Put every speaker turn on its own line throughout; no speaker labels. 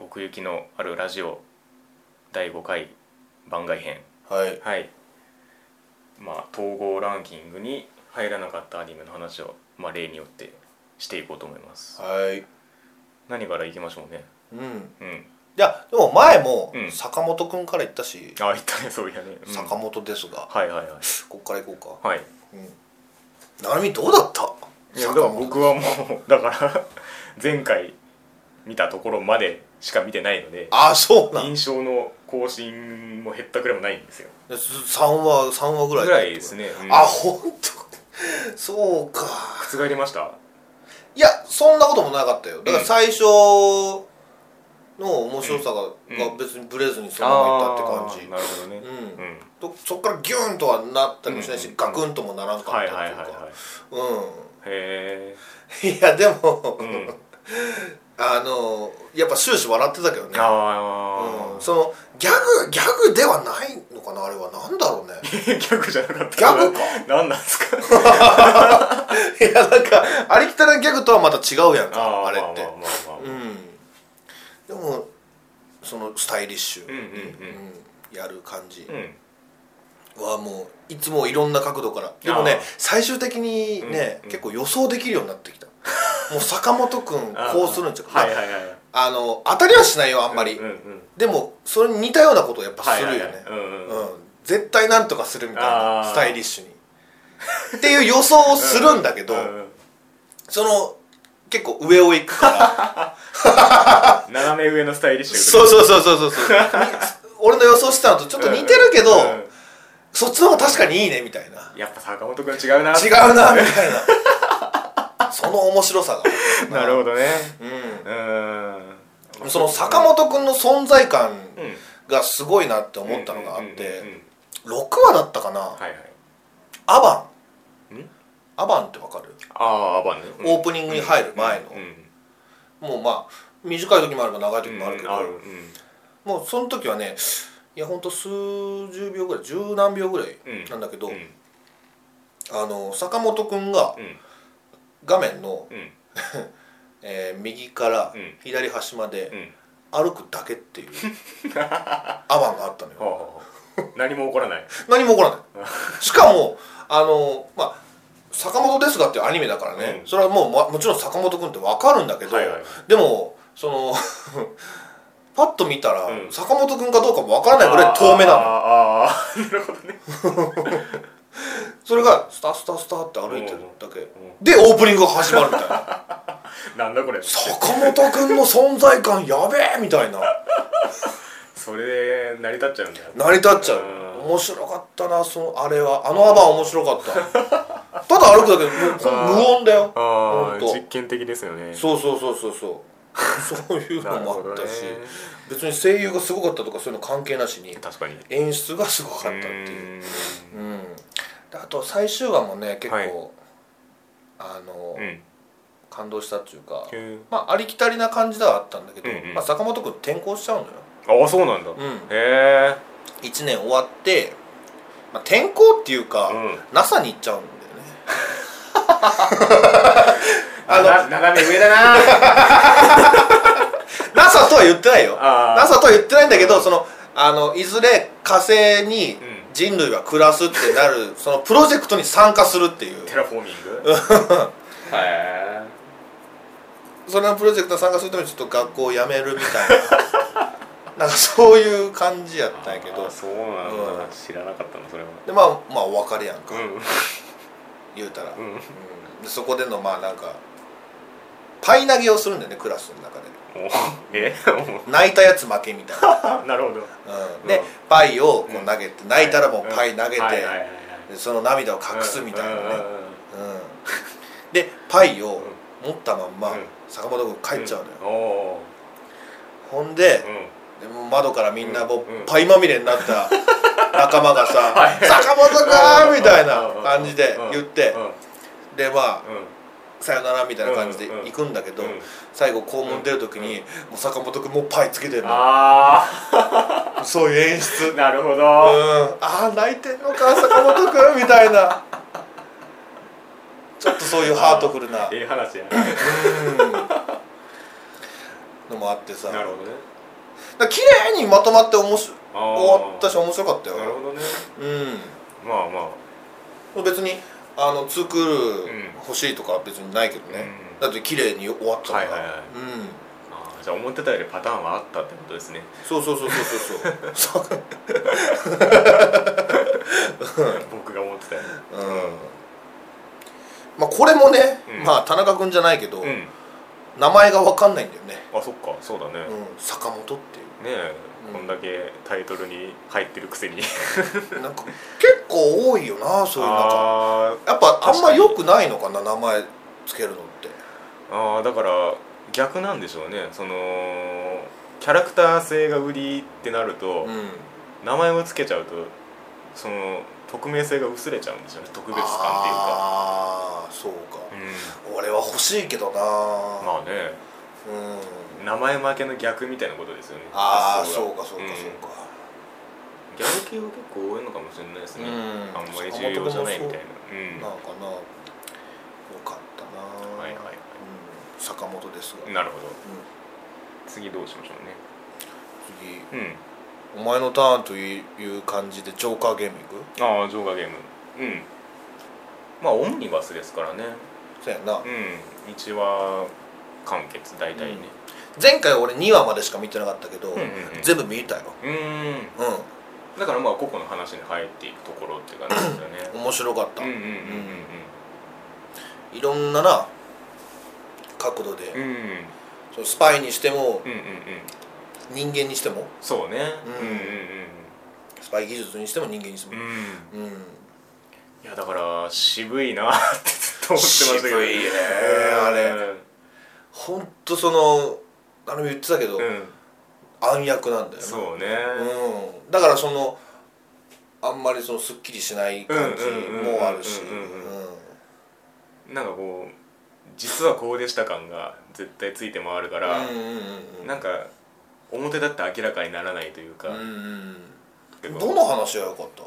奥行きのあるラジオ第5回番外編
はい
はいまあ統合ランキングに入らなかったアニメの話を、まあ、例によってしていこうと思います
はい
何からいきましょうね
うん
うん
いやでも前も
うん
坂本くんから言ったし、
あ言ったねそういやね、うん
坂本ですが
はいはいはい
こっから行こうか
はい
うんななみどうだった
いやだ
坂
から
本
僕はもう だから前回見たところまでしか見てないので
あそうなん
印象の更新も減ったくらいもないんですよ
3話三話ぐらい
ぐらいですね、うん
あ本当 そうか
覆りました
いやそんなこともなかったよだか
う
ら
ん
最初の面白さが,、
うん
が別にブレずにそのままいったって
あー
感
なるほどね
じ、
うん、
とそっからギューンとはなったりもしないし、
うん
ガクンともならんかった
は
り
い
と
はいはいはい
か
へ
うん いやでも、
え、うん、
あのやっぱ終始笑ってたけどね
あ
うん、
あ、
そのギャグギャグではないのかなあれはなんだ ろうね
逆じゃなかった
逆か
何なんですか
いやなんかありきたりなギャグとはまた違うやんかあ
ー
れって、
まあまあまあまあ
うんでもそのスタイリッシ
う
ュ
んうんうん
うんやる感じ
うん
はもういつもいろんな角度からでも
あ
ね
ー
最終的にね、
うんうん
結構予想できるようになってきたもう坂本君
あー
こうするんちゃう
はいはいはい
あの当たりはしないよあんまり、
うんうん
でもそれに似たようなことをやっぱ
は
す
い
るよ
は
ね、
いはいうんうん
うん、絶対なんとかするみたい
あ
な
ー
スタイリッシュにっていう予想をするんだけど、
うん
その結構上を行 くから
斜め上のスタイリッシュ
そうそうそうそうそうそう俺の予想してたのとちょっと似てるけど、
うんうん
そっちの方が確かにいいねみたいな
やっぱ坂本君違うな
違うなみたいなその面白さが
なるほどね
う
うん
んその坂本君の存在感がすごいなって思ったのがあっ
うんうんうんう
て
ん
6話だったかな、
はいはい
アバ
ん
ンアバンってわかる、
ああアバンね
オープニングに入る前の、もうまあ短い時もあれば長い時もあるけど、
あるうん
もうその時はねいやほんと数十秒ぐらい十何秒ぐら
うん
いなんだけど、
うん
あの坂本くんが
うん
画面の、
うん
えー右から
うん
左端まで
うん
歩くだけっ ていうアバンがあったのよ
はあはあ何も起こらない
何も起こらないしかもあのまあ坂本ですがっていうアニメだからね、
うん
それはもう、まもちろん坂本くんってわかるんだけど、
はいはい
でもその パッと見たら、
うん
坂本君かどうかもわからないぐらい遠目なの
あーあーなるほどね
それがスタスタスタって歩いてるだけ、
う
でオープニングが始まるみた いな
なんだこれ
坂本君の存在感やべえみたいな
それで成り立っちゃうんだよ
成り立っちゃう
うん
面白かったなそのあれはあのアバン面白かったただ歩くだけでもうこの無音だよ
ああ
ほんと
実験的ですよね
そうそうそうそう そうそういうのもあっ
なるほ
たし、
どね
別に声優がすごかったとかそういうの関係なしに
確かに
演出がすごかったっていううん、であと最終話もね結構、
はい
あの、
うんうん
感動したっていうか、
へー
まあ、ありきたりな感じではあったんだけど、
うんうん
まあ、坂本君転校しちゃうのよ、
ああそうなんだ
う
へえ
ん、1年終わって、まあ、転校っていうか、
うん
NASA に行っちゃうんだよねあ
あ
の
な斜め上だな
NASA とは言ってないよ
あー
NASA とは言ってないんだけどそのあのいずれ火星に人類が暮らすってな る、そのプロジェクトに参加するっていう
テラフォーミングへえ
それのプロジェクトに参加するためにちょっと学校を辞めるみたい ななんかそういう感じやったんやけど
あーそうなんだ、
うん
知らなかったのそれは
でまあまあお別れやんか、
う
言うたら、うん
んうん
でそこでのまあなんかパイ投げをするんだよねクラスの中で
おえ
泣いたやつ負けみたい な、
なるほど
うん、で、パイをこう投げて、泣いたらもうパイ投げて、
うんはいはいはいはい
でその涙を隠すみたいなね、
うんうんうん
うんでパイを持ったまんま、
うん
坂本君帰っちゃうのよ、
んお
ほんで、
ーうん
でも窓からみんなもう
うん
パイまみれになった仲間がさ
はい
「坂本
うん
君!」みたいな感じで言って
うんうん
でまあ
うん
「さよなら」みたいな感じで
うんうん
行くんだけど
うん
最後校門出る時にもう坂本君もうパイつけてるの
あ
そういう演出う
あ
ん
なるほ
あ
ど
あ泣いてんのか坂本君みたいなちょっとそういうハートフルな
ええ話や
うんのもあってさ
なるほどね
から綺麗にまとまって面白
あー
終わったし面白かったよ
なるほどね
う
まあまあ
ん別にあの作る
ん
欲しいとかは別にないけどね、
うん
だって綺麗に終わったから、
はいはいはい
うん
あーじゃあ思ってたよりパターンはあったってことですね
そうそうそうそうそうそうそう
僕が思ってたより
うんまあこれもね、
うん
まあ田中君じゃないけど、
うん
名前が分かんないんだよね、
あそっかそうだね、ね
うん、坂本っていう
え
うん
こんだけタイトルに入ってるくせに
なんか結構多いよなそういうなんか
あ
やっぱあんま良くないのかな名前つけるのって
ーあーだから逆なんでしょうねそのキャラクター性が売りってなると、
うん
名前をつけちゃうとその匿名性が薄れちゃうんですよね特別感っていうか
ああそうか、
う
俺は欲しいけどな、
んまあね
うん
名前負けの逆みたいなことですよね
ああ
発想
そ
が
うかそうか
ん
そうか、
ギャル系は結構多いのかもしれないですね、
うん
あんまり重要じゃないみたいなうん
なんかなよかったな
はいはいはい
うん、坂本ですが、うん、
なるほど次どうしましょ
次
うね
「お前のターン」という感じでジョーカーゲームいく
うんああジョーカーゲームうんまあオンニバスですからね
そうや
う
な、
ん1話完結大体ね
前回俺2話までしか見てなかったけど、
うんうんうん
全部見たよ
うん
う
だからまあ個々の話に入っていくところっていう感じですよね
ん面白かった、
うんうんうん
いろんなな角度で、
うんうんうん
そのスパイにしても
うんうんうん
人間にしても
そうね
う
うんん
スパイ技術にしても人間にして
うんうん
も
うん
うん、
いやだから渋いなってずっと思ってましたけど
渋いねあれほんとそのあれも言ってたけど、
うん
暗躍なんだよね
そうね
うん、だからそのあんまりそのすっきりしない感じもあるし
うんうんうんうんうん
う
なんかこう実はこうでした感が絶対ついて回るから、
んうんうんうん
なんか表だって明らかにならないというか、
うん
け
うん
ど
どの話が良かった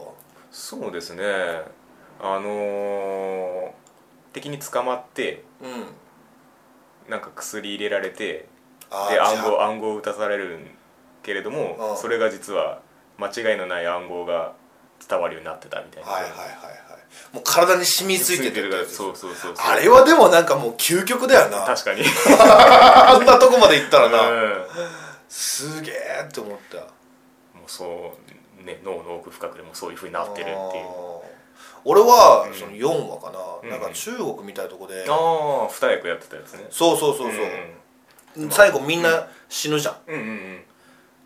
そうですねあのー敵に捕まって
うん
なんか薬入れられて
あー
で
じゃ
暗
あ
号暗号を打たされるけれども、
うん
それが実は間違いのない暗号が伝わるようになってたみたいな、
はいはいはいはいもう体に染み
つ
ついててる
から
やつ
そうそうそうそう
あれはでもなんかもう究極だよな
確かに
あんなとこまで行ったらな、
うん
すげえって思った
も うそうね脳の奥深くでもそういうふうになってるっていう
あー俺は、
うん
その4話かな、
うん
なんか中国みたいなとこで、
ああ二役やってたやつね
そうそうそうそう、
ん
最後みんな死ぬじゃん、
うんうんうん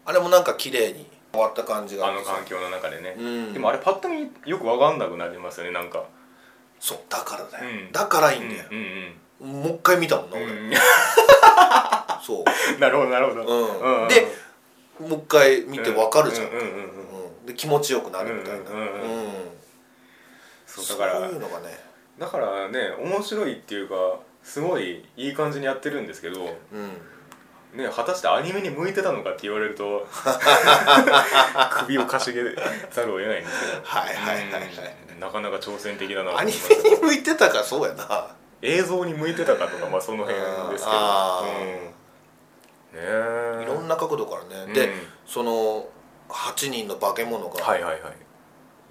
あれもなんか綺麗に終わった感じが
あ
あ
の
る
環境の中でね、
うん
でもあれパッと見よく分かんなくなりますよねなんか
そうだからだよ、
うん
だからいい
うん
んだよ、
うん
もう一回見たもんな
う
俺、
ん
そう
なるほどなるほど、
うん
うん
でもう一回見てわかるじゃん、
うんうんうんうん
うんで気持ちよくなるみた
う
いな
んうんうん
うん
そうだから
そういうのがね
だからね面白いっていうかすごいいい感じにやってるんですけど、
うん
ね、果たしてアニメに向いてたのかって言われると首をかしげざるを得ないんですけど
はいはいはいはい
うんなかなか挑戦的だなと思
ア
い
ニ
ました
メに向いてたからそうやな
映像に向いてたかとかまあその辺ですけど、
あー
うん、ねえ
いろんな角度からね、
う
で
ん
その8人の化け物
は
が
いはいはい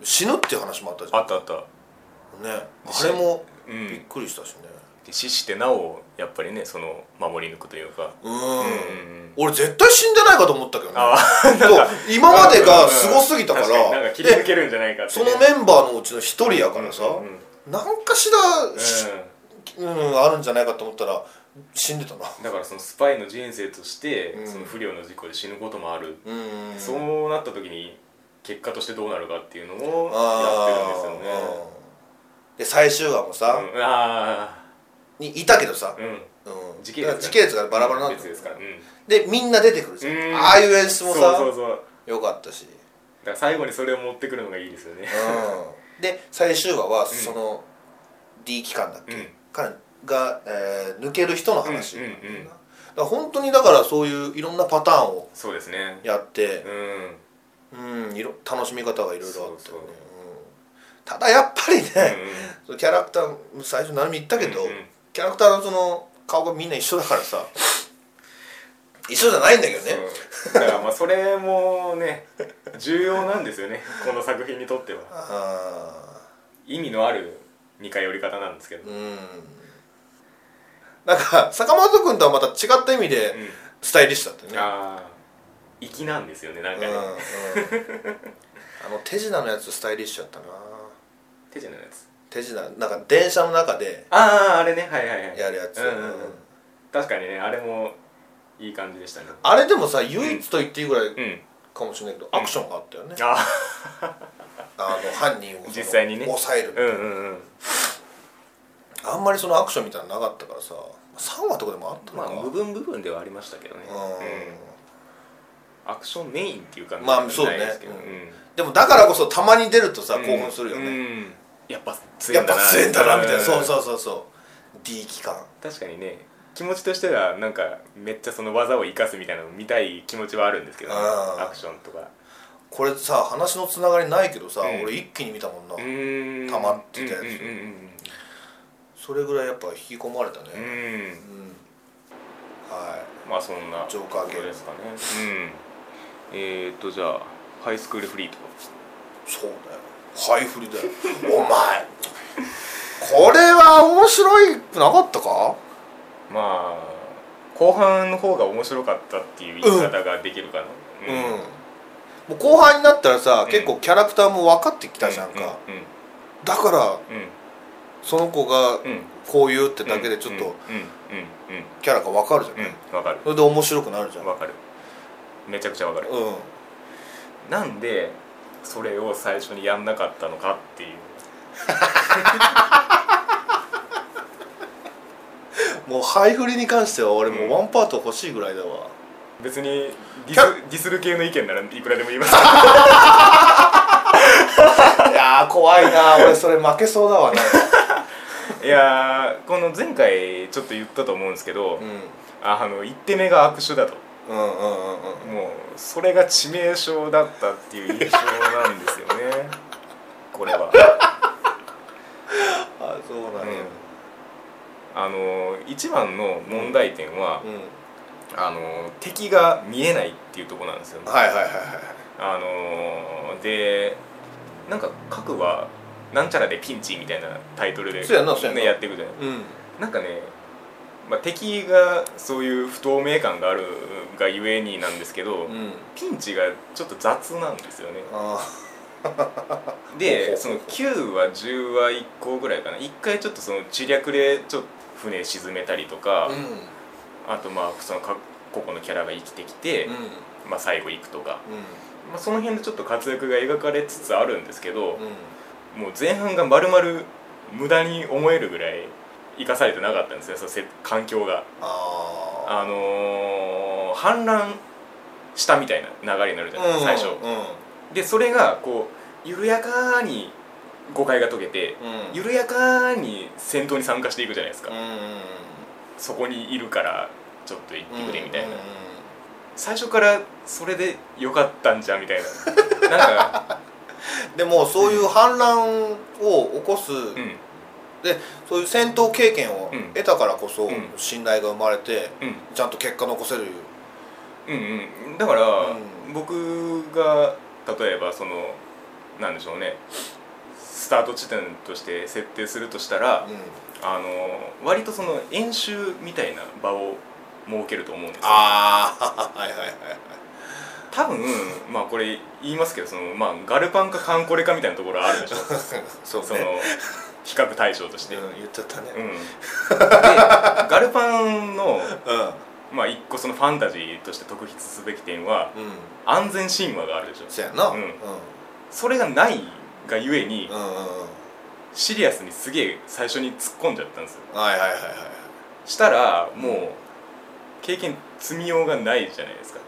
死ぬっていう話もあったじゃん、
あったあった
ねあれも
う
びっ
ん
くりしたしね
で死してなおやっぱりねその守り抜くというか
うん、
うん
俺絶対死んでないかと思ったけどね
あ
そう今までがすごすぎたから
確になんか切り抜
で
けるんじゃないかって
そ
ね、
のメンバーのうちの一人やからさ、
うんうんうん
なんかしらし、うん、あるんじゃないかと思ったら死んでたな
だからそのスパイの人生として、
うん
その不慮の事故で死ぬこともある、
うん
そうなった時に結果としてどうなるかっていうのをや
あ
ってる
ー
んですよね
うんで最終話もさ、
うんあ
にいたけどさ
あ、うん
うん、
時系列が
だから時系列がバラバラなんだ
別ですから、うん、
でみんな出てくるじゃ
うん
んああいう演出もさ
そうそうそうだか
よかったし、
ら最後にそれを持ってくるのがいいですよね
うん、で最終話はその D 機関だっけ、
うん
からが、えー抜ける人の話、
うんうんうん
だから本当にだからそういういろんなパターンを
そうですね
やって
う、ん
うん、いろ楽しみ方がいろいろあって、ね
そうそう
うんただやっぱりね、
う
そのキャラクター最初何も言ったけど、
うんうん
キャラクターのその顔がみんな一緒だからさ一緒じゃないんだけど
ん
ね
だからまあそれもね重要なんですよねこの作品にとっては
あ
意味のある似通り方なんですけど、
ーうんなんか坂本君とはまた違った意味
う
で
ん
スタイリッシュだったよね、
あー粋なんですよねなんかね、
うんうんあの手品のやつスタイリッシュやったな
手じゃないやつ
手品なんか電車の中で
あああれねはいはいはい
やるやつ、
うんうんうん
うん
確かにねあれもいい感じでしたね
あれでもさ唯一と言っていいぐらい
うん
かもしれないけど、アクションがあったよね、
あ
あの犯人をその
実際にね
抑える
ー
みた
う
いな、
んうんうん
あんまりそのアクションみたいなのなかったからさ3話とかでもあったの
ま
か、
あ部分部分ではありましたけどね、うん
う
アクションメインっていう感じ
まあ
はないですけど、
そうね
うん
ん、でもだからこそたまに出るとさ
うん
興奮するよね、
うんやっぱ強
や
い
っ
んだ
ぱ
な
強いんだなみたいな、
ん
そうそうそうそう D 期間
確かにね気持ちとしてはなんかめっちゃその技を生かすみたいなの見たい気持ちはあるんですけど、ね、
あー
アクションとか
これさ話のつながりないけどさ、
うん
俺一気に見たもんな、
うーん
溜まってたやつ
うんうん
それぐらいやっぱ引き込まれたね、
うんうんうん
うんは
まあそんな
ジョーカー系
ところですかねうんえー、っとじゃあハイスクールフリーと
いそうだよハイフリだよお前これは面白くなかったか
まあ後半の方が面白かったっていう言い方ができるかな
うん、もう後半になったらさ、
うん
結構キャラクターも分かってきたじゃんか、
うんうん
だから
うん
その子が
うんうん
こう言うってだけでちょっと
うんうん
キャラが分かるじゃん、
うんうんわかる
それで面白くなるじゃん、うん
わかるめちゃくちゃわかるなんでそれを最初にやんなかったのかっていう
もうハイフリに関しては俺もうワンパート欲しいぐらいだわ、
別にディ
キャ
スディスる系の意見ならいくらでも言い ます
いやー怖い な俺それ負けそうだわね
いやーこの前回ちょっと言ったと思うんですけど、
うん
あの一手目が握手だと
うんうんうんうん
もうそれが致命傷だったっていう印象なんですよ ねこれは
あそうなんや
あの一番の問題点は
う、ん、
あの敵が見えないっていうところなんですよね
はいはいはいはい
あのーでなんか各はなんちゃらでピンチみたいなタイトルで、
そうやんなそうやんな
ね、やっていくじゃない
うん
なんかね、まあ、敵がそういう不透明感があるがゆえになんですけど、
うん
ピンチがちょっと雑なんですよね
あほう
で
ほ
そう
ほ
の
う
9話10話以降ぐらいかな一回ちょっとその知略でちょっと船沈めたりと
あ
か、
うん
あとまあその各個のキャラが生きてきて、
うん
まあ、最後行くとか、まあ、その辺でちょっと活躍が描かれつつあるんですけど、
うん
もう前半がまるまる無駄に思えるぐらい生かされてなかったんですよそのせ環境が
あ
あのー氾濫したみたいな流れになるじ
ー
ゃないですか、最
うん
初でそれがこう緩やかに誤解が解けて
うん
緩やかに戦闘に参加していくじゃないですか、そこにいるからちょっと行ってくれみたいな、
うんうん
最初からそれでよかったんじゃんみたいななん か
うんでもそういう反乱を起こす、
うん
そういう戦闘経験を
うん
得たからこそ、
うん
信頼が生まれて
うん
ちゃんと結果残せる
うんうん、だから、
うん
僕が例えばそのなんでしょうねスタート地点として設定するとしたら、
うん
あの割とその演習みたいな場を設けると思うんですよ
ああはいはいはいはい
多分まあこれ言いますけどその、まあ、ガルパンかカンコレかみたいなところはあるでしょ
そうね
その比較対象として、うん
うん、言っちゃったね
でガルパンの、
う
まあ、一個そのファンタジーとして特筆すべき点は
んうん
安全神話があるでしょ
そうやな
うん
うん
それがないがゆえに、
うんうん
シリアスにすげえ最初に突っ込んじゃったんですよ
はいはいはいはい
したらもう経験積みようがないじゃないですか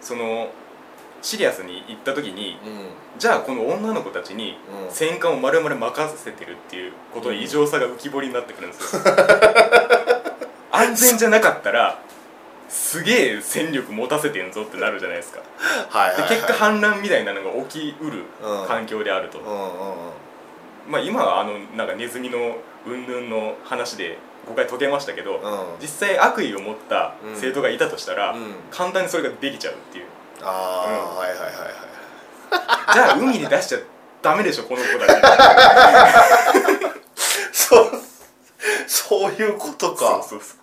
そのシリアスに行った時に
うんうん
じゃあこの女の子たちに
うん
戦艦を丸々任せてるっていうことの異常さが浮き彫りになってくるんです よ安全じゃなかったらすげえ戦力持たせてんぞってなるじゃないですかで
はいはいはい
結果反乱みたいなのが起きうる環境であると
うんうんうん
まあ、今はあのなんかネズミの云々の話で誤解解けましたけど、
うん
実際悪意を持った生徒がいたとしたら、
うん
簡単にそれができちゃうっていう
ああ、はいはいはいはい
じゃあ海に出しちゃダメでしょこの子 だから
そうそういうことか
そうそうそう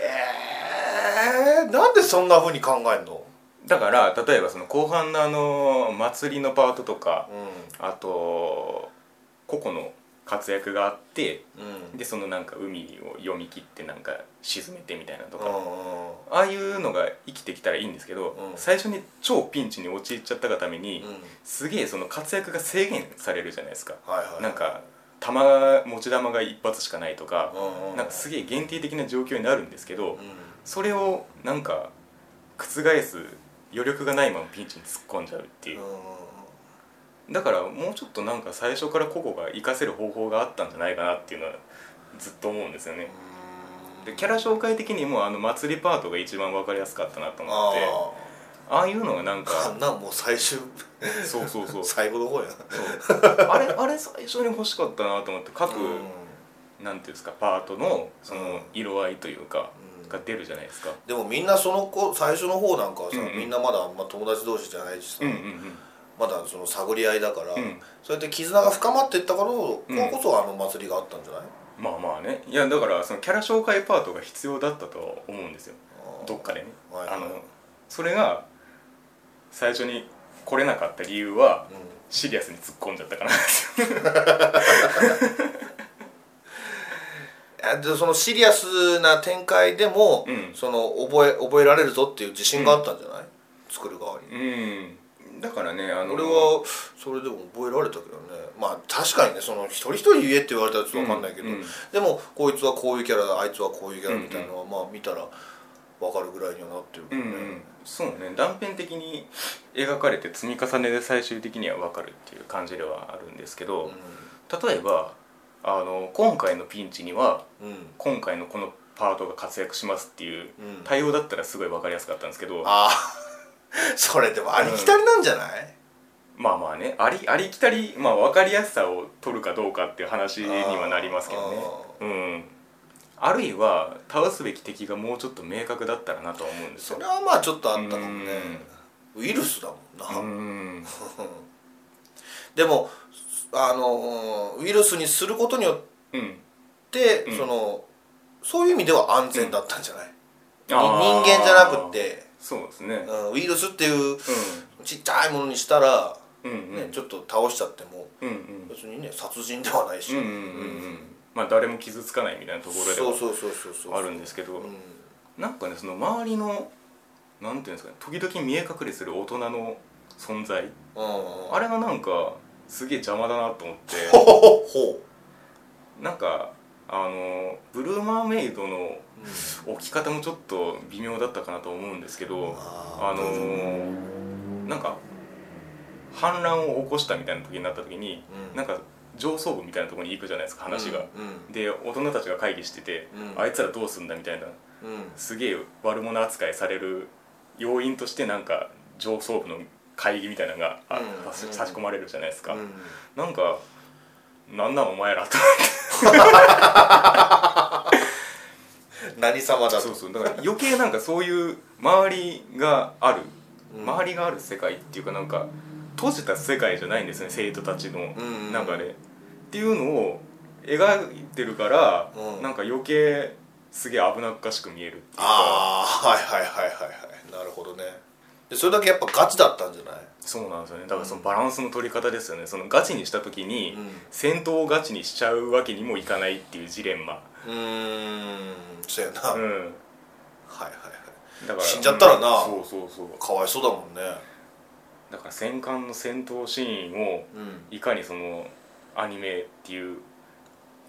えー、なんでそんなふうに考えんの
だから例えばその後半のあの祭りのパートとか
う
あと個々の活躍があって
んうん
でそのなんか海を読み切ってなんか沈めてみたいなと
うんう
か、
ん
ああいうのが生きてきたらいいんですけど、
うん
最初に超ピンチに陥っちゃったがために、
うん
すげえその活躍が制限されるじゃないですか、
はいはい
なんか玉持ち玉が一発しかないとか、
うんうん
なんかすげえ限定的な状況になるんですけど、
うん
それをなんか覆す余力がないままピンチに突っ込んじゃうっていうう、
ん
だからもうちょっとなんか最初から個々が活かせる方法があったんじゃないかなっていうのはずっと思うんですよね、でキャラ紹介的にもあの祭りパートが一番分かりやすかったなと思
あ
ってああいうのがなん
ああ
か
んなんもう最終
そうそうそうそう
最後の方やな
あれあれ最初に欲しかったなと思って各、
うん
なんていうんですかパートのそうの
ん
色合いというか、
うん
が出るじゃないですか
でもみんなその子最初の方なんかはさ、
うんうん
みんなまだあんま友達同士じゃないしさ、
うんうんうん
まだその探り合いだから、
うん
そうやって絆が深まっていったからこ
うん
れこそあの祭りがあったんじゃない、
まあまあねいやだからそのキャラ紹介パートが必要だったとは思うんですよ
あー
どっかでね、
はい
あのそれが最初に来れなかった理由は
うん
シリアスに突っ込んじゃったから
あでそのシリアスな展開でも、
うん
その覚え覚えられるぞっていう自信があったんじゃない、作る側に、
うんだからねあの
俺はそれでも覚えられたけどねまあ確かにねその一人一人言えって言われたらちょっと分かんないけど、
うんうん
でもこいつはこういうキャラだあいつはこういうキャラみたいなのは、まあ見たら分かるぐらいにはなってるけ
うん
ど
う
ね、
んそうね断片的に描かれて積み重ねで最終的には分かるっていう感じではあるんですけど、例えばあの今回のピンチには
うんうん
今回のこのパートが活躍しますっていう
うん
対応だったらすごい分かりやすかったんですけど、
ああ それでもありきたりなんじゃない、
まあまあねありありきたり、まあ、分かりやすさを取るかどうかっていう話にはなりますけどねうんあるいは倒すべき敵がもうちょっと明確だったらなとは思うんです
そ
よ
れはまあちょっとあったかもね、ウイルスだもんな、
うん
でもあのうんウイルスにすることによっ
うん
て、
うん
そのそういう意味では安全だったんじゃない、に
あー
人間じゃなくて、
そうですね
うん、ウイルスっていうちっちゃいものにしたら、
うんうん
ねちょっと倒しちゃっても
うんうん
別にね殺人ではないし、
うんうんうんうんまあ誰も傷つかないみたいなところで
そう
は
そうそうそうそう
あるんですけど
うん
なんかねその周りのなんていうんですかね時々見え隠れする大人の存在
うん
あれがなんかすげえ邪魔だなと思って
ほほほほ
なんかあのブルーマーメイドの置き方もちょっと微妙だったかなと思うんですけど
あー
あのなんか反乱を起こしたみたいな時になった時に、
うん
なんか上層部みたいなところに行くじゃないですか話が、
うん
で大人たちが会議してて、
うん
あいつらどうすんだみたいな
うんうん
すげえ悪者扱いされる要因としてなんか上層部の会議みたいなのが、あ
うん
差し差し込まれるじゃないですか、
うん
なんかなんなんお前らと
何様 だと
そうそうだから余計なんかそういう周りがある、
うん
周りがある世界っていうかなんか閉じた世界じゃないんですね生徒たちの
うん
中で、っていうのを描いてるから、
うん
なんか余計すげえ危なっかしく見えるっていうか
ああはいはいはいはいはいなるほどねでそれだけやっぱガチだったんじゃない
そうなんですよねだからそのバランスの取り方ですよねそのガチにした時に、
うん
戦闘をガチにしちゃうわけにもいかないっていうジレンマ、
うーんそうやな、
う
はい
ん、
はいはい
だから
死んじゃったらな
うんそうそうそう
かわいそうだもんね
だから戦艦の戦闘シーンを
うん
いかにそのアニメっていう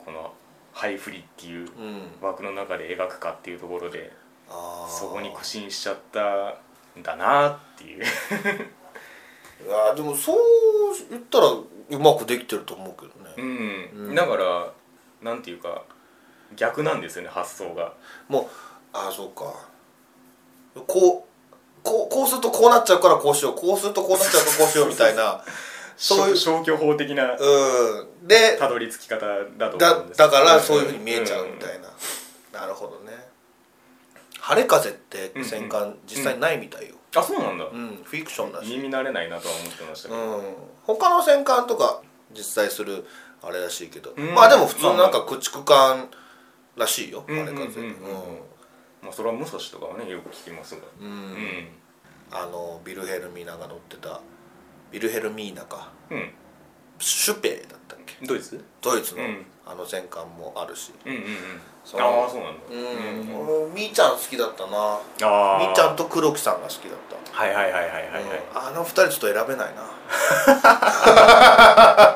このハイフリっていう
うん
枠の中で描くかっていうところで
ああ
そこに苦心しちゃったんだなっていう
いやでもそう言ったらうまくできてると 思うけどね、
うん、
うん
だからなんていうか逆なんですよね発想が
もうああそうか こうこうこうするとこうなっちゃうからこうしようこうするとこうなっちゃうからこうしようみたいなそういう
消去法的な
うんで
たどり着き方だと思
だ
うんです
だからそういうふうに見えちゃうみた
ない
な、なるほどね晴れ風って
うんうん
戦艦実際ないみたいよ、
あそうなんだ、
うんフィクションだし、
耳慣れないなとは思ってましたけ
う
ど、
ん、他の戦艦とか実際するあれらしいけど、
うん
まあでも普通のなんか駆逐艦らしいよ
うん
晴れ風
うんうんまあそれは武蔵とかはねよく聞きますが
うんうん
うん
あのビルヘルミーナが乗ってたビルヘルミーナか
うん、
シュペだったっけ
ドイツ
ドイツの
うん
あの戦艦もあるし
うんうんうん
そう
ああそうなんだ、
うん、
うん
俺みーちゃん好きだったな
あ
み
あ
ーちゃんと黒木さんが好きだった
はいはいはいはいはい、はい
うんあの二人ちょっと選べないな、
あ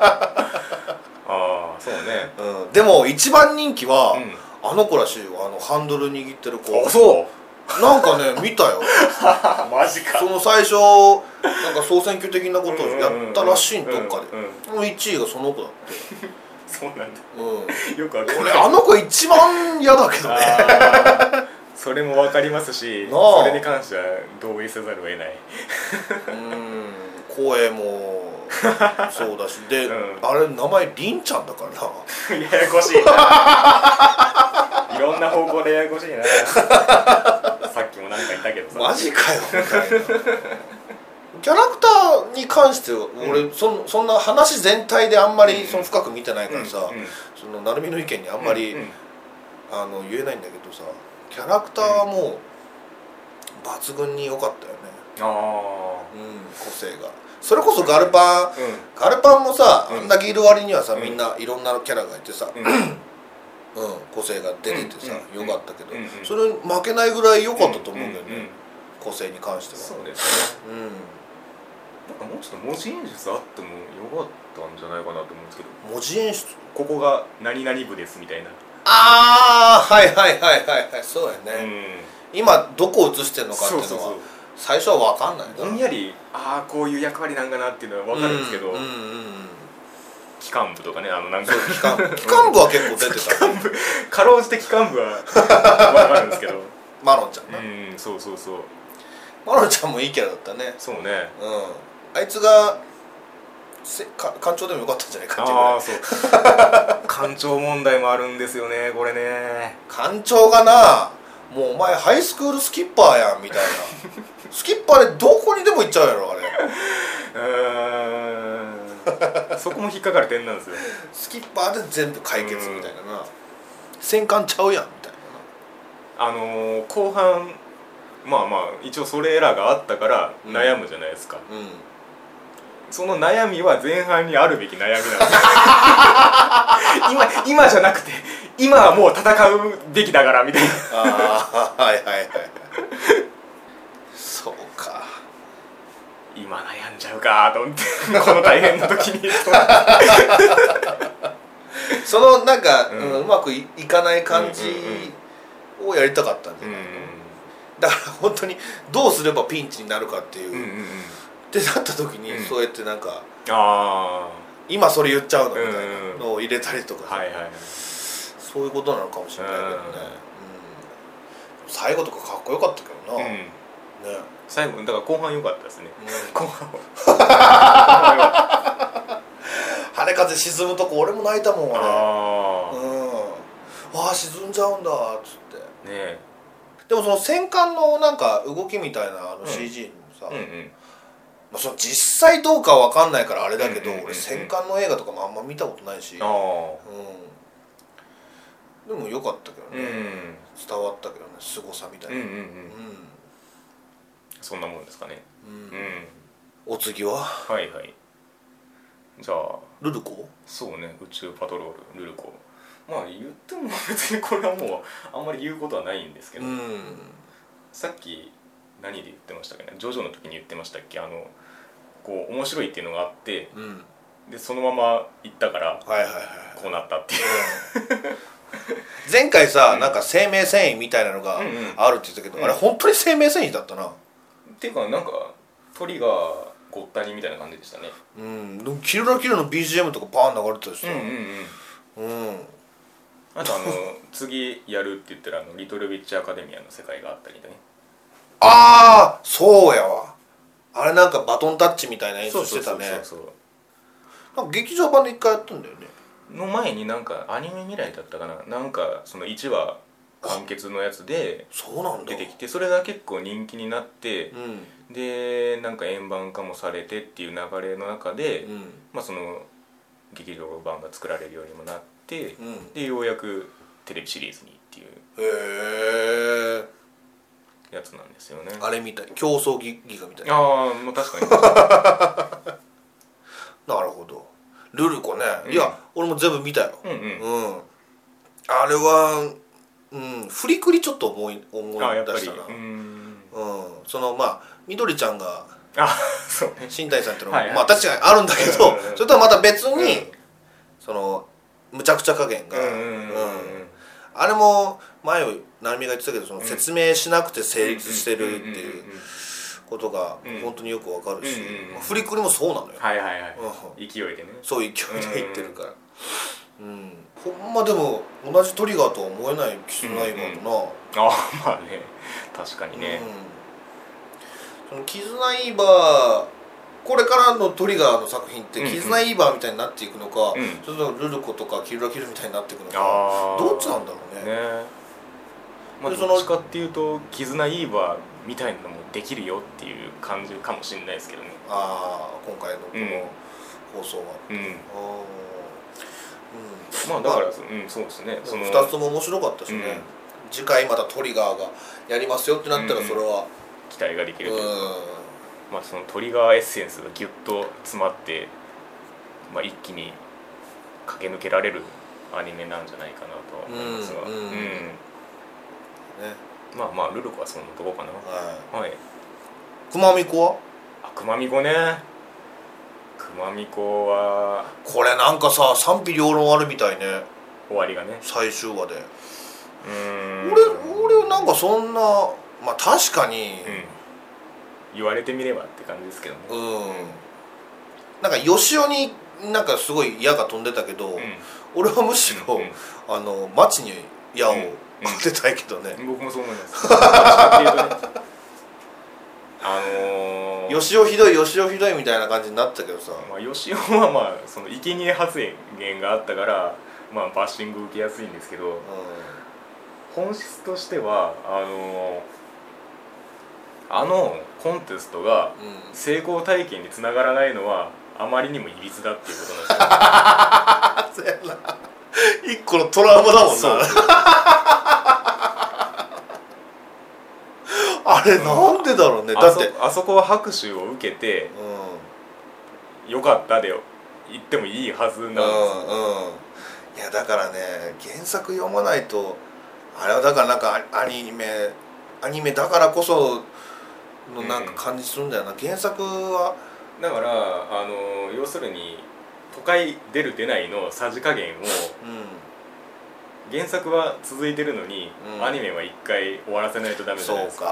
あそうね
うん、でも一番人気は、
うん
あの子らしいよあのハンドル握ってる子
そう
なんかね見たよ
マジか
その最初なんか総選挙的なことをやったらしいんどっかで
うんうんうん
その1位がその子だって
そうなんだ
うん
よくわかん
俺
ない
あの子一番嫌だけどね
あーそれもわかりますし
なあ
それに関しては同意せざるを得ない
うん声もそうだし で、
うん
あれ名前りんちゃんだから な
ややこしいないろんな方向でややこしいなさっきもなんか言ったけどさ
マジかよみたいなキャラクターに関しては俺、そんそんな話全体であんまりその深く見てないからさ、
うんうん
その成美の意見にあんまり、
うんうん
あの言えないんだけどさキャラクターはもう抜群に良かったよね、
あ
うん、個性がそれこそガルパン
あうん
ガルパンもさ、
うん
あんだけいる割にはさ
うん
みんないろんなキャラがいてさ、うん
うん
個性が出ててさ、
うん
よかったけど、
うんうん
それに負けないぐらい良かったと思うけどね、
んんん
個性に関しては
そうですね
う
なんかもうちょっと文字演出あってもよかったんじゃないかなと思うんですけど
ん文字演出
ここが何々部ですみたいな
ああはいはいはいはいはいそうやね、
う
今どこ映してる
ん
のかっていうのは
そうそう
最初は分かんない
そうぼんやりああこういう役割なんかなっていうのは分かるんですけど、
うんうんうんうん
機関部とかねあのなんか
そう機関部機関部は結構出てたね
かろうじて機関部は分かるんですけ ど
マロンちゃんな、
うんそうそうそう
マロンちゃんもいいキャラだったね
そうね
うんあいつがせか館長でもよかったんじゃないかっていうぐ
あ
ら
あそ
い
う官庁問題もあるんですよねこれね
館長がなもうお前ハイスクールスキッパーやんみ たいなスキッパーでどこにでも行っちゃうやろあれ
うーんそこも引っかかる点なんですよ
スキッパーで全部解決みたいなな戦艦ちゃうやんみたいな
あのー後半まあまあ一応それらがあったから
うん
悩むじゃないですか、
なうん
その悩みは前半にあるべき悩みなんですよ 今今じゃなくて今はもう戦うべきだからみたいな
ああはいはい はいそうか
今悩んじゃうかと思ってこの大変な時 に
そのなんか、う
うん
んうまくいいかない感じをやりたかったんじ
う
ゃ
ん
ない、だから本当にどうすればピンチになるかっていう、
うんうん
っ
うん
てなった時に、
うん
そうやってなんか
あ
今それ言っちゃうのみたい
うんう
なんのを入れたりとか
あ
さ、
はいはい
そういうことなのかもしれないけど
うん
ね、うん最後とかかっこよかったけど
う
な、ね
ん最後だから後半良かったですね
うん
後半は
晴れ風沈むとこ俺も泣いたもんあれ
あ
う
あ
んああ沈んじゃうんだっつって
ねえ
でもその戦艦のなんか動きみたいなあ
うん
の CG にもさ、
うんうん
まあ、その実際どうかわかんないからあれだけ
うんう
ど、
んうんうん
俺戦艦の映画とかもあんま見たことないし、う
あ
ん、でも良かったけど
あう
ね、
ん
伝わったけどね凄さみた
う
い
んうん
な、
うんそんなもんですかね
うん
う
うん
ん
お次は
はいはいじゃあ
ルルコ
そうね宇宙パトロールルルコまあ言っても別にこれはもうあんまり言うことはないんですけ
う
ど、
ん
さっき何で言ってましたかねジョジョの時に言ってましたっけあのこう面白いっていうのがあって
うん
でそのまま行ったから
はいはいはい
こうなったっていう
前回さ、
うん
なんか生命繊維みたいなのが
うんうん
あるって言ったけど、
うん
あれ本当に生命繊維だったな
っていうかなんか鳥がごったりみたいな感じでしたね
うんでもキルラキルの BGM とかバーン流れてたしさ
うん
うん
あとあの次やるって言ったらあのリトルビッチアカデミアの世界があったりでね
ああそうやわあれなんかバトンタッチみたいな演出してたね
そうそう
なんか劇場版で一回やったんだよね
の前になんかアニメ未来だったかななんかその1話完結のやつで
そうなんだ
出てきてそれが結構人気になって
うんうん
でなんか円盤化もされてっていう流れの中で、まあ、その劇場版が作られるようにもなって
うん
でようやくテレビシリーズにっていう
へえ
やつなんですよね。
あれみたい競争ギギガみたいな
ああまあ確 か
なるほどルルコね、
うん
いや俺も全部見たよ
にうんうん
うんあれはうん振りくりちょっと思い思い
あやっぱ
出
り
したな
うーん
うんそのまあみどりちゃんが
あそうね
新谷さんっていうのも、
はいはい
まあ確かにあるんだけ
うんうんう
ど
ん
それとはまた別に、
うん
そのむちゃくちゃ加減が、
うんうんうん
うんあれも前を成美が言ってたけどその説明しなくて成立してるっていうことが
うん
本当によくわかるし、
うんうんうん
まあ振りくりもそうなのよ、
はいはいはい、
う
勢いでね
そういう勢いで言ってるから、うんほんまでも同じトリガーとは思えないキスナイバーとな、
ああまあね確かにね、
うん、そのキズナイバーこれからのトリガーの作品って、
うんうん
キズナイバーみたいになっていくのか、
うん
それともルルコとかキルラキルみたいになっていくのか
ああ
どっちなんだろうね
ねまあ
でその
どっちかっていうと絆イーバーみたいなのもできるよっていう感じかもしれないですけどね
ああ今回のこの放送は、
うん
あーうん
まあだから、うんそうですねその
2つとも面白かったしね、
うん
次回またトリガーがやりますよってなったらそれは
期待ができ
う
る
ん、
というまあ、そのトリガーエッセンスがギュッと詰まって、まあ、一気に駆け抜けられるアニメなんじゃないかなとは思いますが、
うんうんね
うんまあまあルルコはそんなとこかな
は
はい
い熊み子は
あくまみこねくまみこは
これなんかさ賛否両論あるみたいね
終わりがね
最終話で
うーん
俺俺なんかそんなまあ確かに
うん言われてみればって感じですけどね
うん、なんか吉尾になんかすごい矢が飛んでたけど、俺はむしろ、
うんうん
あの町に矢を
うんうん
当てたいけどね、
僕もそう思いますどっちかっていうとねあのー、
吉尾ひどい吉尾ひどいみたいな感じになってたけどさ、
まあ、吉尾はまあその生贄発言があったから、まあ、バッシング受けやすいんですけど
う
本質としてはあのあのコンテストが
んうん、
成功体験につながらないのはあまりにもいびつだっていうことなんで
あそうやな一個のトラウマだもん
すよ
な あれなんでだろうね、だ
あ
って
そあそこは拍手を受けて
う
「
ん
よかった」で言ってもいいはずなんですよ
うんうんいやだからね原作読まないとあれはだからなんかアアニメアニメだからこそのなんか感じするんだよな、原作は
だからあの要するに都会出る出ないのさじ加減を
うん
原作は続いてるのに、
うん
アニメは一回終わらせないとダメじゃないう
そ
ですか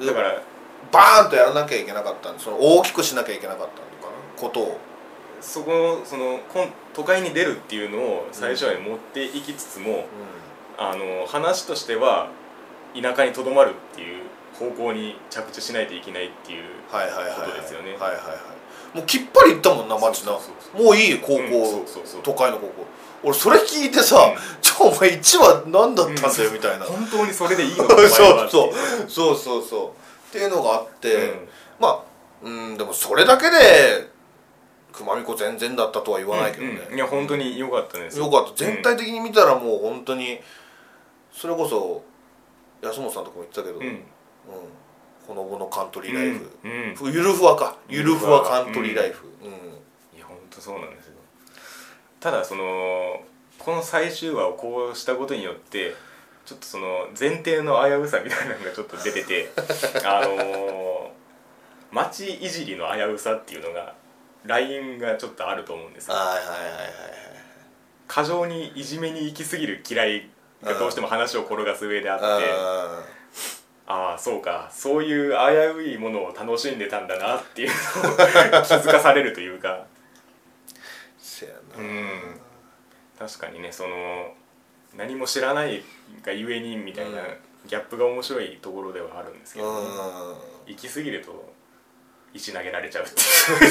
か
だから
バーンとやらなきゃいけなかったんでその大きくしなきゃいけなかったのかなことを
そこのそのこん都会に出るっていうのを最初まで持っていきつつも、あの話としては田舎にとどまるっていう方向に着地しないといけないっていう
はいはいはいはい
ことですよね
はいはいはいもうきっぱり言ったもんな町
そ
な
うそうそう
もういい高校、
うんそうそうそう
都会の高校俺それ聞いてさ
うん
「じゃあお前1話何だったんだよ」み たいな
本当にそれでいいの
そうそ
お前
う
はって
そうそうそうっていうのがあって、
うん
まあうんでもそれだけで熊美子全然だったとは言わないけどね、
うんうんいや本当に良かったです
よかった全体
的
的に見たらもう本当にそれこそ安本さんとかも言ってたけど、
うん、うん
うんほのぼのカントリーライフ、
うんうん
ゆるふわかゆるふわカントリーライフ、うん
いや本当そうなんですよただそのこの最終話をこうしたことによってちょっとその前提の危うさみたいなのがちょっと出てて あの町いじりの危うさっていうのがラインがちょっとあると思うんですよ
はいはいはいはいはい
過剰にいじめに行き過ぎる嫌いがどうしても話を転がす上であって
あ
ああそうかそういう危ういものを楽しんでたんだなっていうのを 気づかされるというか
ーせや
う
な、
ん確かにねその何も知らないがゆえにみたいな
うん
ギャップが面白いところではあるんですけど、
うん
行き過ぎると石投げられちゃうっていう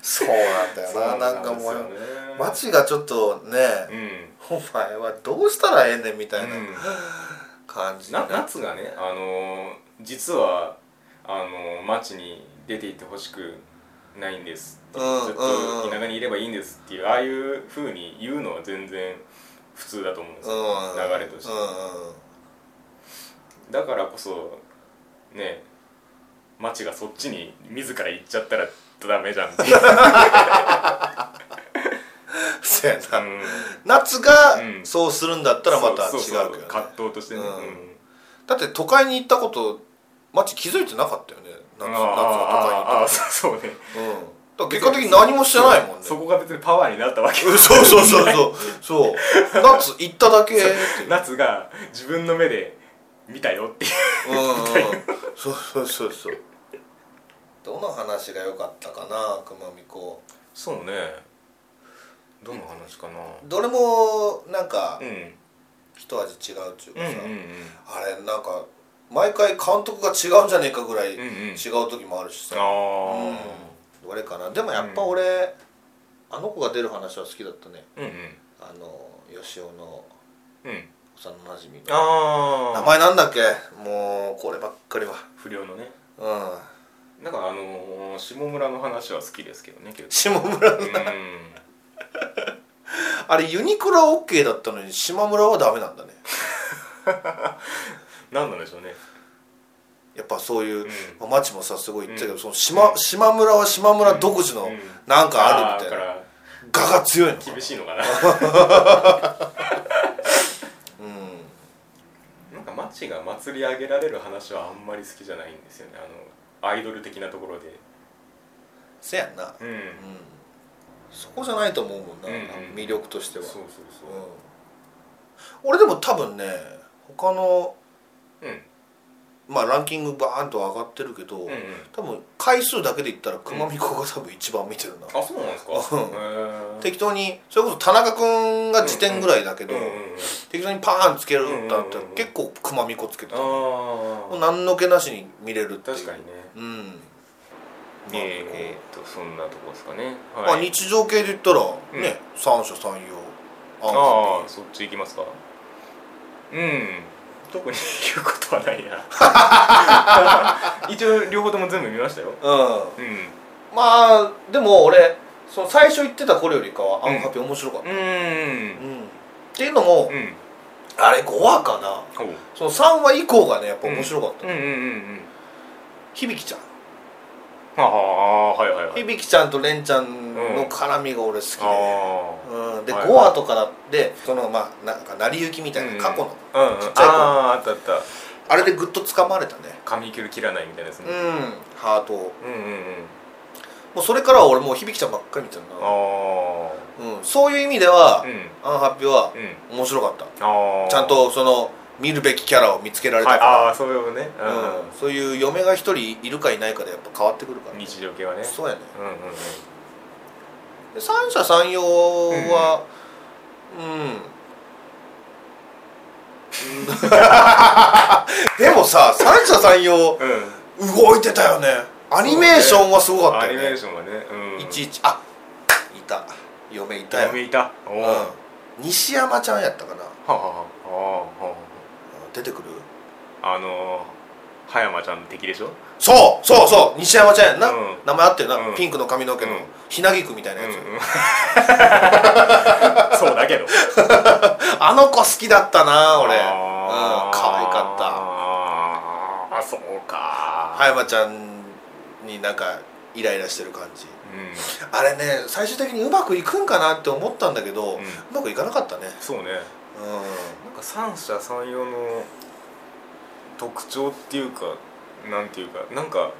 そうなんだよななんかもう街がちょっとね、
うん、
お前はどうしたらええねんみたいな
うん
感じにな
な
っ
夏がねあのー実はあのー街に出て行ってほしくないんですって、
うん
ずっ
うんう
と
ん
田舎にいればいいんですっていうああいうふうに言うのは全然普通だと思うんですよ、
う
流
ん
れとして
うん
だからこそね街がそっちに自ら行っちゃったらダメじ ゃんっていう、
そうやな、
うん
夏が
うん
そうするんだったらまた違
そうう
け
そうそ
ど
う
ね
葛藤としてね、
う
うんん
だって都会に行ったこと街気づいてなかったよね夏
あ
夏
ああ
は
あそうそうね
都会に行ったこと、うん、だから結果的に何もしてないもんね
そこが別にパワーになったわけ
うん そうそうそうそうそう夏行っただけっていう
夏が自分の目で見たよっていう
うんうんそうそうそうそうどの話が良かったかなくまみこ
そうねどの話かな
どれもなんか
うん、
一味違うっていうか
うんうん
さ、
うん
あれなんか毎回監督が違うんじゃねえかぐらい
うん
違う
うん
時もあるし
あ
さ、
あ
どれかなでもやっぱ俺、あの子が出る話は好きだったね
うんうん
あの吉尾の
うん
幼なじみの
ああ
名前なんだっけもうこればっかりは
不良のね
うん
なんかあのー下村の話は好きですけどね結
下村
構
あれユニクロは OK だったのに島村はダメなんだね
何なんでしょうね
やっぱそういう、
う
まあ、町もさすごい言ってたけど、
うん
その島島村は島村独自の
うん
なんかあるみたいな、
な
画が強いの
厳しいの かな
うん
なんか街が祭り上げられる話はあんまり好きじゃないんですよねあのアイドル的なところで
せやんな、
うん、
うんそこじゃないと思うもんな、
うんうん
魅力としては、
そうそう
う
そ
ん、俺でも多分ね他の
ううん
まあランキングバーンと上がってるけど、
うんうん
多分回数だけで言ったら熊美子が多分一番見てるな、
あそうなんですかへ
うん
ー
適当にそれこそ田中君が時点ぐらいだけど、
うんうんうん
適当にパーンつけるんだった
うん
ら
うんうん
結構熊美子つけてたも
あ
う
あ
何の気なしに見れるっていう
確かにね
うん
えーえーっとそんなとこですかね
まあ
はい
日常系で言ったら
うん
ね、三者三様
あ
あ
あそっち行きますかうん特に言うことはないな 一応両方とも全部見ましたよ
うん
うん
まあでも俺その最初言ってた頃よりかは
う
ア
ん
ンハピ面白かっ
う
た、
ー
う
ん
んっていうのも、
うん
あれ5話かな
ほう
その3話以降がねやっぱ面白かった、
うんうんうんうん
響ちゃん
ああはいはいはい
響ちゃんと蓮ちゃんの絡みが俺好きで、
ああ
うん、で、
はい
5話とかでそのまあなんか成り行きみたいな、過去の
うんうん
ちっちゃい頃
ああーあったあった
あれでぐっと掴まれたね
髪切る切らないみたいなやつ
うん
ね
ハートを
うんうんうん
もうそれからは俺もう響ちゃんばっかり見てるな、
あ
うん、そういう意味で
あ、
は
うん
アンハッピーは
うん
面白かった
ああ
ちゃんとその見るべきキャラを見つけられ
は
た
い、
から、
ああーそういうね、
うんそういう嫁が一人いるかいないかでやっぱ変わってくるから、
うん、日常系はね
そうやね
うんうんうん
で三者三様はうん、でもさ三者三様
うん
動いてたよねアニメーションはすごかっ
ア
た
ニ
よ
メ
ね
ーションがね、うん、
いちいちあいた嫁いたよ、
読みいたおお、は
うん、西山ちゃんやったかな
あはあはあは
出てくる
ああのー、葉山ちゃんの敵でしょ
そうそうそう西山ちゃんやんな、
うん
名前あってるな、
うん
ピンクの髪の毛の、
うん
ひなぎくみたいな
うんう
や
ん
つ、
そうだけど
あの子好きだったな俺うん
あー
可愛かった
あーあそうか
葉山ちゃんになんかイライラしてる感じ
うん
あれね最終的にうまくいくんかなって思ったんだけど、
う
う
ん
まくいかなかったね
そうね
う
なんか三者三様の特徴っていうかなんていうかなんか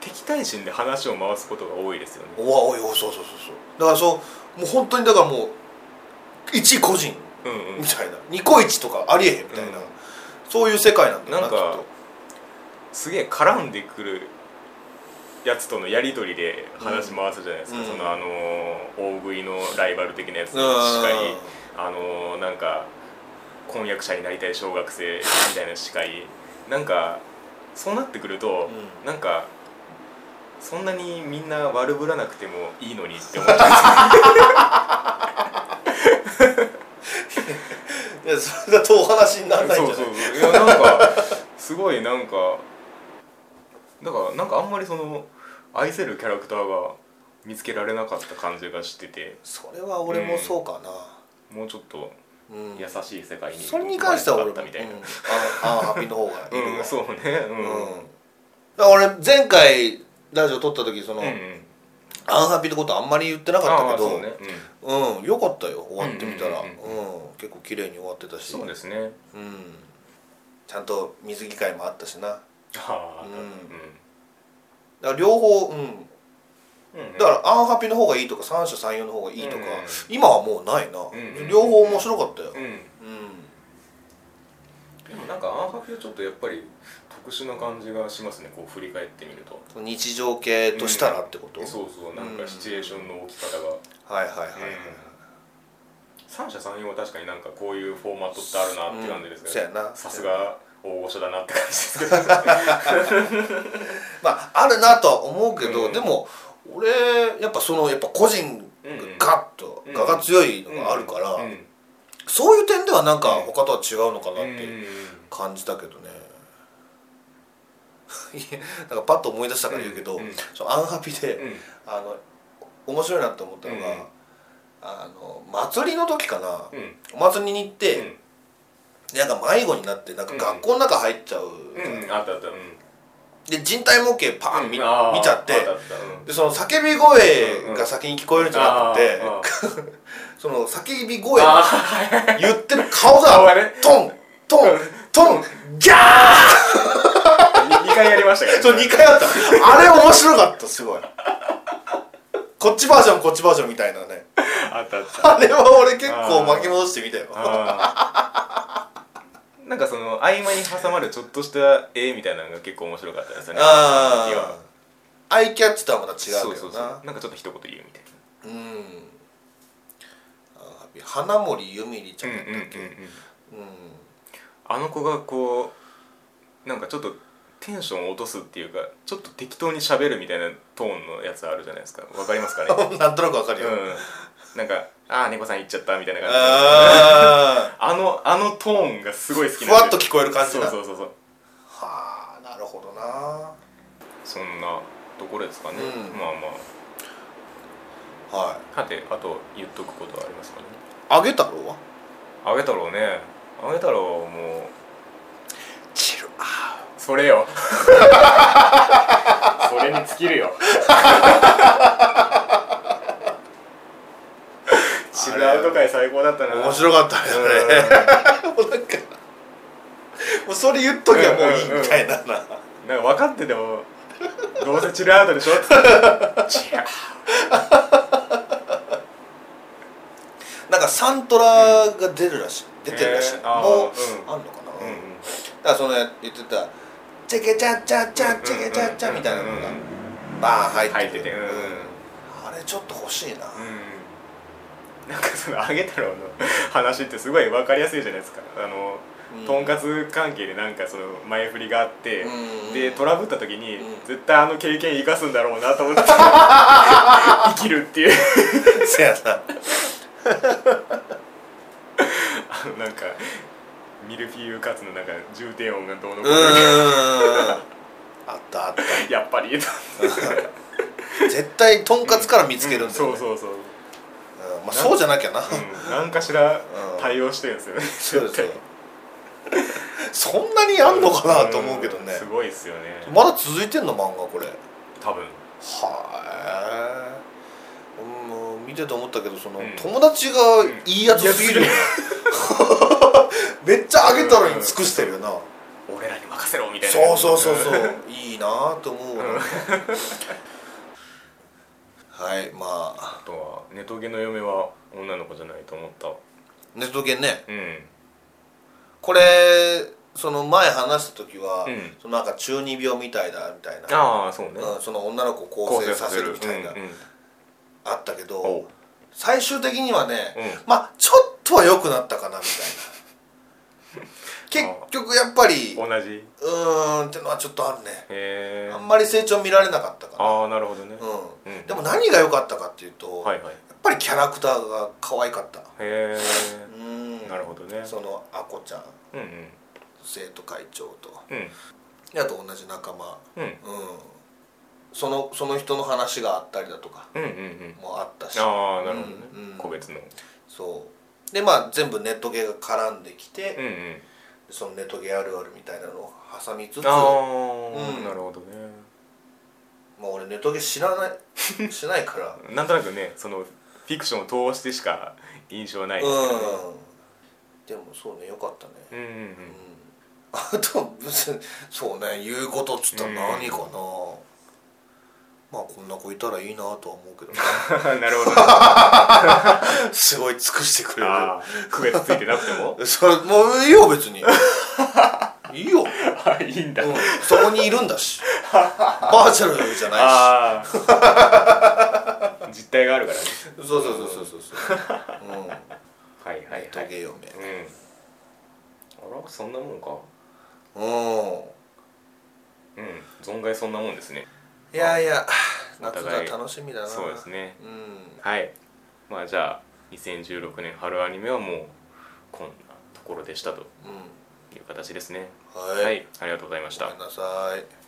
敵対心で話を回すことが多いですよね
んおわおいおそうそうそうそうだからそうもう本当にだからもう1位個人
うんうん
みたいな、ニコイチとかありえへんみたいな、
うん
そういう世界なんだよ
な
な
ん
きっ
か
と
すげえ絡んでくるやつとのやり取りで話回すじゃないですか、
うん
そのあのー大食いのライバル的なやつと
う
司会
ん
あのーなんか婚約者になりたい小学生みたいな司会なんかそうなってくると、
う
なんかそんなにみんな悪ぶらなくてもいいのにって思っちゃ
いやそれだとお話になら
う
ないん
そ
じ
う
ゃ
そう
ない
そういやなんかすごいなんかだからなんかあんまりその愛せるキャラクターが見つけられなかった感じがしてて
それは俺もそうかな
もうちょっと
うん、
優しい世界に
それに関しては俺も、
生まれ変わったみたい
うんあのアンハピの方がいる
なうん、
わ
そうねう
うん
ん、
だから俺前回ラジオ撮った時その、
うん
アンハピのことあんまり言ってなかった
ああ
けど
そうね、うん、
うん、よかったよ終わってみたら、
う
うん
うん
ん結構綺麗に終わってたし
そうですね
うん、ちゃんと水着会もあったしなだか
はあ
うん
う
ら両方、う
ん
ん、
うん、
だからアンハピの方がいいとか三者三様の方がいいとか、
うん
今はもうないな、
ん
両方面白かったよ、
うん
う
でもなんかアンハピはちょっとやっぱり特殊な感じがしますねこう振り返ってみると
ん、日常系としたらってこと、
そうそうなんかシチュエーションの置き方が、
はいはいはいはい、
三者三様は確かになんかこういうフォーマットってあるなって感じですけど、
うんそうやな
さすが大御所だなって感じですけど
まああるなとは思うけど、
うん
でも俺やっぱそのやっぱ個人がガッと、
うん
ガが強いのがあるから、
うんうん
そういう点ではなんか他とは違うのかな
う
っ
ん
て感じたけどね、いやなんかパッと思い出したから言うけど、
うんうん
そのアンハピで、
うん
あの面白いなと思ったのが、
うん
あの祭りの時かな、
うん
お祭りに行って、
うん
なんか迷子になってなんか学校の中入っちゃう、
うんあったあったうん
で人体模型パン見,、
あー
見ちゃって
あったあったうん
でその叫び声が先に聞こえるんじゃなくて、
あーあ
その叫び声
あー
言ってる顔
顔が
が
ね
トントントンギャ
二回やりましたから
ーそう2回あったあれ面白かったすごいこっちバージョンこっちバージョンみたいなね
あったあった
あれは俺結構巻き戻してみたよ
あーなんかその合間に挟まるちょっとした絵みたいなのが結構面白かったですよね
あ
いや
あアイキャッチとはまた違うけどな
そうそうそうなんかちょっと一言言うみたいな
うんあー花森ゆみりちゃんだった
う
っけ、
んうんうんうん
うん
あの子がこうなんかちょっとテンションを落とすっていうかちょっと適当に喋るみたいなトーンのやつあるじゃないですかわかり ますかね
なんとなくわかるよ、
うんなんか「ああ猫さん行っちゃった」みたいな感じ
あ
あのあのトーンがすごい好き
ー
なん
ふ
で
わっと聞こえる感じ
そう
だ
そうそうそう
はあなるほどな
そんなところですかね、
うん
まあまあ
は
さてあと言っとくことはありますかね
いあげたろは
あげ太郎ねあげ太郎も
チルあ
うそれよ それに尽きるよチルアウト界最高だったな
面白かったね
うん
あれもうなんかもうそれ言っときゃもういいみたいなな、
なんか分かっててもどうせチルアウトでしょって違う
なんかサントラが出るらしい、出てるらしい、
へーあー
もう、
うん
あんのかな、
うんうん
だからその言ってたチェケチャチャチャチェケチャチャみたいなのがバーン入
入
っ
ってて
く
てう
る
ん
あれちょっと欲しいな、
うんなんかそのあげ太郎の話ってすごい分かりやすいじゃないですかあの、
うん
とんかつ関係でなんかその前振りがあって、
うん
でトラブった時に、
うん
絶対あの経験生かすんだろうなと思 って生きるっていう
せやな
あのなんかミルフィーユカツのなんか重低音がどうのこう
う
の
ーんあったあった
やっぱり
絶対とんかつから見つけるんだよ、ね
そうそうそう、
うんまあ、そうじゃなきゃな、
うん、何かしら
うん
対応してるんですよね
そうで
絶
す
対
よそんなにあんのかなと思うけどね
んすごいですよね
まだ続いてんの漫画これ
多分
はえうん見てて思ったけどその、
うん
友達がいいやつすぎるよな めっちゃあげたのに尽くしてるよな、
俺らに任せろみたいな
そうそうそうそ
ん
ういいなぁと思 うわ、
うん
はいまあ
あとはネトゲの嫁は女の子じゃないと思った
ネットゲね
うん
これその前話した時は、
うん
そのなんか中二病みたいだみたいな、
ああそうね
うん、その女の子を
構
構
成
成
さ
さ
せ
せ
る
るみたいな、
うんうん
あったけど、
おう
最終的にはね、
う
まあちょっとは良くなったかなみたいな結局やっぱりう
同じ
ーんってのはちょっとあるね
へえ
あんまり成長見られなかったから
ああなるほどね、う
う
ん
ん、でも何が良かったかっていうと、
は
や
いはいへ
っぱりキャラクターが可愛かった
え
うん
なるほどね
そのあこちゃん
うんうん
生徒会長と
うん
であと同じ仲間、
うん
うん、そのその人の話があったりだとか
うんうんうん
もあったし
ああなるほどね、
うんうん
個別の
そうでまあ全部ネットゲーが絡んできて、
うんうん
そのネットゲーあるあるみたいなのを挟みつつ
ああ、
うん
なるほどね
まあ俺ネットゲー知らな いしないから
なんとなくねそのフィクションを通してしか印象はないですけどね
うんでもそうね良かったね
うんうん う
うん
ん
あと別にそうね言うことっつったら何かな、まあこんな子いたらいいなとは思うけ どね
なるほど、 ね、
すごい尽くしてくれ
あー区別ついてなくても
る それもういいよ別 にいいよ、うん、
あいいんだ、
そこにいるんだしバーチャルじゃないし
あ あ実態があるからね
そうそうそうそうそうそう、うん、
はいはいは
ト
い
ゲ嫁
うんあらそんなもんか
うん
うん存外そんなもんですね
いやいや
お
夏
互
が
い
楽しみだな
そうですね
うん
はいまあじゃあ2016年春アニメはもうこんなところでしたと
うん
いう形ですね
はい、
はいありがとうございました
ごめんなさい